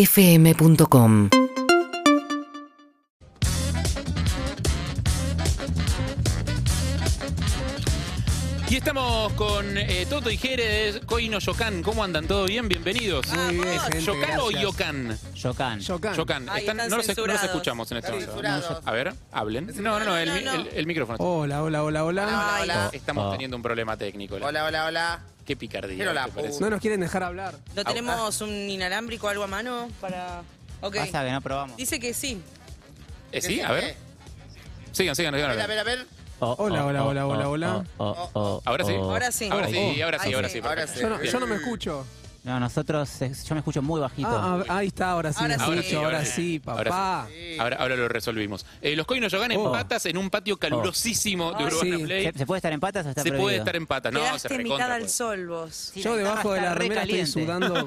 urbanaplayfm.com Y estamos con eh, Toto y Jerez, Coino Yocan. ¿Cómo andan? ¿Todo bien? Bienvenidos. Muy bien, ¿Es gente, ¿Yocan o gracias. Yocan? Yocan. Yocan. Yocan. Ay, Están- están no, los, no los censurados. escuchamos en este Están momento. censurados. A ver, hablen. No, no, no, el, mi- no, no. el- el micrófono. Hola, hola, hola, hola. Hola, hola. Estamos Oh. teniendo un problema técnico. Hola, hola, hola. Qué picardía. Pero la ¿te parece? No nos quieren dejar hablar. ah. ¿No tenemos un inalámbrico o algo a mano para.? Ok. Pasa que no probamos. Dice que sí. Eh, ¿Sí? A ver. Sigan, sigan, A ver, a sigan. ver, a ver. Oh, Hola, oh, hola, oh, hola, oh, hola, hola. oh, oh, Ahora sí. oh. Ahora sí. Ahora sí, Oh. ahora sí, Ahí ahora sí. sí. Ahora perfecto. sí. Yo no, yo no me Bien. escucho. No, nosotros, eh, yo me escucho muy bajito. Ah, ah, ahí está, ahora sí, Ahora me sí. escucho, ahora Ahora sí. sí, Ahora papá. Ahora, ahora lo resolvimos. Eh, los Coinos Yocan en Oh. patas en un patio calurosísimo de Ay, Urbana sí. Play. ¿Se, se puede estar en patas o está Se puede prohibido? estar en patas. No, se Quedaste mitad recontra. pues. al puede. sol vos. Sí, Yo debajo de está la re remera estoy caliente. sudando así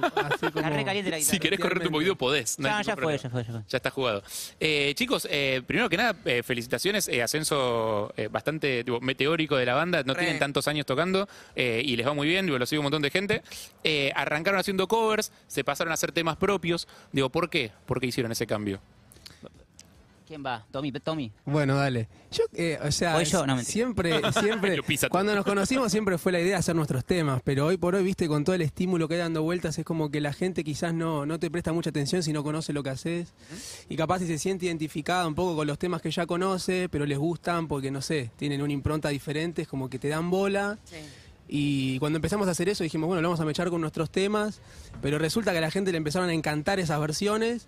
Está como- re caliente la guitarra. Si querés correrte un poquito, podés. hay No, ya ningún fue, problema. ya fue, ya fue. Ya está jugado. Eh, chicos, eh, primero que nada, eh, felicitaciones. eh, ascenso eh, bastante tipo, meteórico de la banda. No Re. tienen tantos años tocando eh, y les va muy bien. Digo, lo sigue un montón de gente. Eh, arrancaron haciendo covers, se pasaron a hacer temas propios. Digo, ¿por qué? ¿Por qué hicieron ese cambio? ¿Quién va? Tommy, Tommy. Bueno, dale. Yo, eh, o sea, Voy yo, no, mentira. siempre, siempre, Lo pisa todo. cuando nos conocimos siempre fue la idea de hacer nuestros temas, pero hoy por hoy, viste, con todo el estímulo que hay dando vueltas, es como que la gente quizás no, no te presta mucha atención si no conoce lo que haces, y capaz si se siente identificada un poco con los temas que ya conoce, pero les gustan porque, no sé, tienen una impronta diferente, es como que te dan bola, Sí. y cuando empezamos a hacer eso dijimos, bueno, lo vamos a mechar con nuestros temas, pero resulta que a la gente le empezaron a encantar esas versiones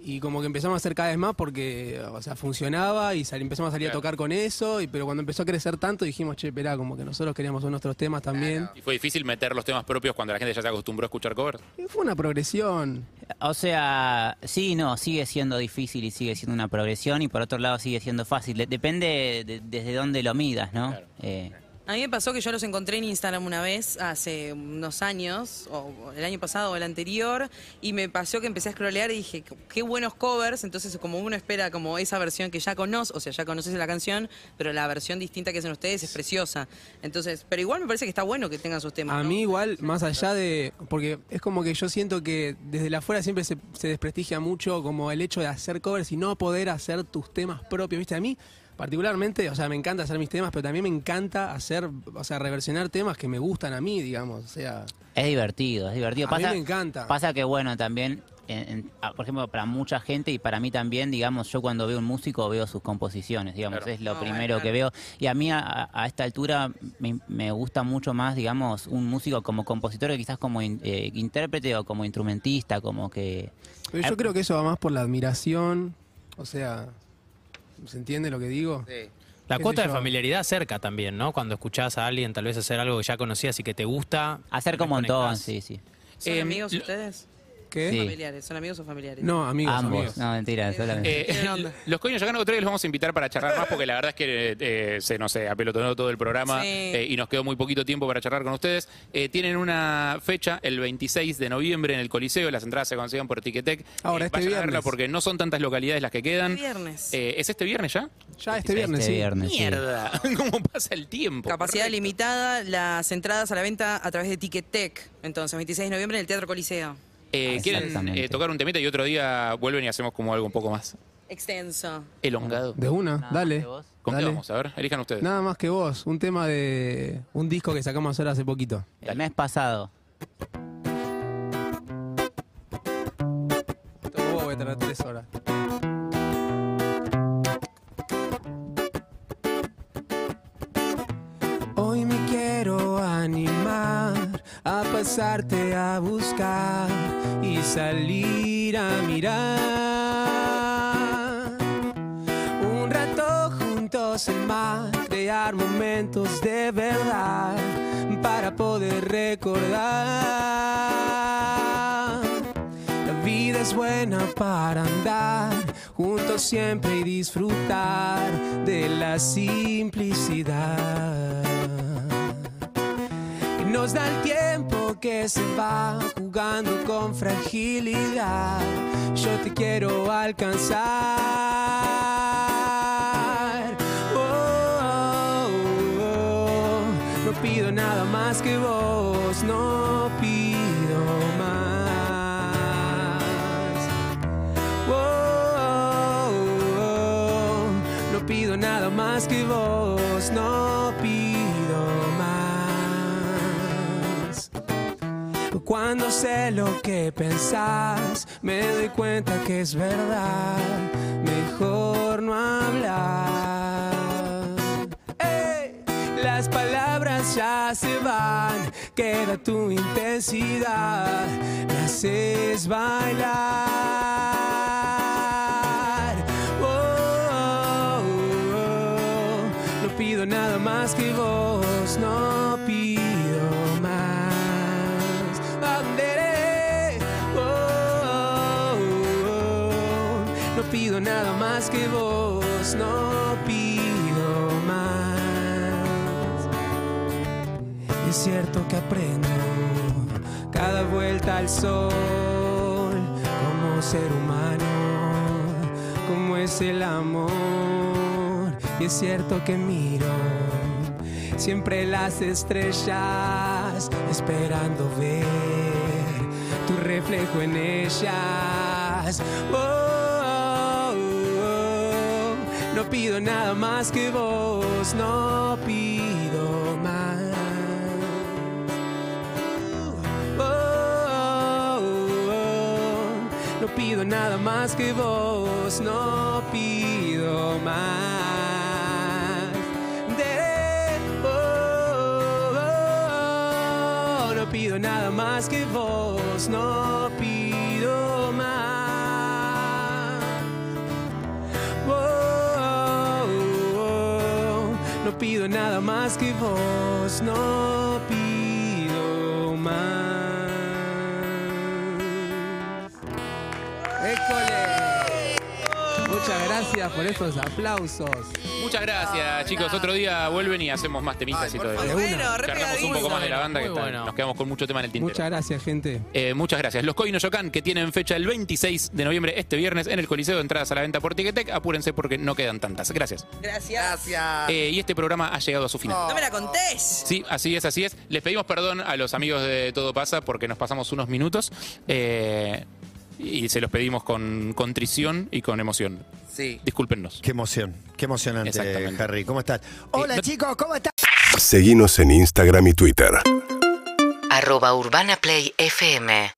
y como que empezamos a hacer cada vez más porque, o sea, funcionaba y sal- empezamos a salir Claro. a tocar con eso, y, pero cuando empezó a crecer tanto dijimos, che, esperá, como que nosotros queríamos hacer nuestros temas también. ¿Y fue difícil meter los temas propios cuando la gente ya se acostumbró a escuchar covers? Y fue una progresión. O sea, sí, no, sigue siendo difícil y sigue siendo una progresión y por otro lado sigue siendo fácil. De- depende de- desde dónde lo midas, ¿no? Claro. Eh, A mí me pasó que yo los encontré en Instagram una vez, hace unos años, o el año pasado o el anterior, y me pasó que empecé a scrollear y dije, qué buenos covers, entonces como uno espera como esa versión que ya conoce, o sea, ya conoces la canción, pero la versión distinta que hacen ustedes es preciosa. Entonces, pero igual me parece que está bueno que tengan sus temas. A ¿no? mí igual, más allá de... Porque es como que yo siento que desde la afuera siempre se, se desprestigia mucho como el hecho de hacer covers y no poder hacer tus temas propios, ¿viste? A mí particularmente, o sea, me encanta hacer mis temas, pero también me encanta hacer, o sea, reversionar temas que me gustan a mí, digamos, o sea... Es divertido, es divertido. A mí Pasa, me encanta. Pasa que, bueno, también, en- en- ah, por ejemplo, para mucha gente y para mí también, digamos, yo cuando veo un músico veo sus composiciones, digamos, Claro. es lo No, primero bueno, que veo. Y a mí, a, a esta altura, me, me gusta mucho más, digamos, un músico como compositor que quizás como in- eh, intérprete o como instrumentista, como que... Pero yo Ah, creo que eso va más por la admiración, o sea, ¿se entiende lo que digo? Sí. La qué cuota sé de yo. familiaridad cerca también, ¿no? Cuando escuchás a alguien tal vez hacer algo que ya conocías y que te gusta. Hacer te como un montón, conectás. sí, sí. ¿Son Eh, amigos lo- ustedes? ¿Qué? Sí. Familiares, ¿son amigos o familiares? No, amigos, Ambos. amigos. No, mentira, solamente. Eh, los coños llegaron otro día y los vamos a invitar para charlar más porque la verdad es que eh, se nos eh, apelotonó todo el programa Sí. eh, y nos quedó muy poquito tiempo para charlar con ustedes. Eh, tienen una fecha el 26 de noviembre en el Coliseo, las entradas se consiguen por Tiquetec. Ahora, este vayan a verla viernes. porque no son tantas localidades las que quedan. Este viernes. Eh, ¿Es este viernes ya? Ya este viernes, Este sí. viernes, sí. Mierda, ¿cómo pasa el tiempo? Capacidad Correcto. limitada, las entradas a la venta a través de Ticketek. Entonces, 26 de noviembre en el Teatro Coliseo. Eh, ¿Quieren Exactamente. eh, tocar un temita y otro día vuelven y hacemos como algo un poco más Extenso. elongado? De una, Nada más dale. que vos. ¿Con qué Dale. vamos? A ver, elijan ustedes. Nada más que vos, un tema de un disco que sacamos ahora hace poquito. El mes pasado. Vos voy a tardar tres horas. Hoy me quiero animar a pasarte a buscar y salir a mirar. Un rato juntos en mar, crear momentos de verdad para poder recordar. La vida es buena para andar juntos siempre y disfrutar de la simplicidad. Y Nos da el tiempo que se va jugando con fragilidad. Yo te quiero alcanzar. Oh, oh, oh. No pido nada más que vos, no pido más. más que vos, no pido más. Cuando sé lo que pensás, me doy cuenta que es verdad. Mejor no hablar. ¡Ey! Las palabras ya se van, queda tu intensidad, me haces bailar. Oh, oh, oh. No pido nada más que vos, no pido más. Andere, oh, oh, oh. No pido nada más que vos, no pido más. Y es cierto que aprendo cada vuelta al sol como ser humano, como es el amor. Y es cierto que miro siempre las estrellas, esperando ver tu reflejo en ellas. Oh, oh, oh. No pido nada más que vos, no pido más. Oh, oh, oh. No pido nada más que vos, no pido más. De- oh, oh, oh. No pido nada más que vos, no pido más. Oh, oh, oh. No pido nada más que vos, no pido más. ¡École! Muchas gracias por estos aplausos. Muchas gracias, chicos. Otro día vuelven y hacemos más temitas y todo Bueno, eso. re Charlamos un poco más de la banda que Muy está- bueno. nos quedamos con mucho tema en el tintero. Muchas gracias, gente. Eh, muchas gracias. Los Coino Yocan, que tienen fecha el 26 de noviembre, este viernes, en el Coliseo, entradas a la venta por Tiquetec. Apúrense porque no quedan tantas. Gracias. Gracias. Gracias. Eh, y este programa ha llegado a su final. Oh. No me la contés. Sí, así es, así es. Les pedimos perdón a los amigos de Todo Pasa porque nos pasamos unos minutos. eh, y se los pedimos con contrición y con emoción. Sí. Discúlpennos. Qué emoción, qué emocionante, Exactamente. Harry. ¿Cómo Eh, estás? Hola, no- chicos, ¿cómo están? Seguinos en Instagram y Twitter. arroba Urbana Play FM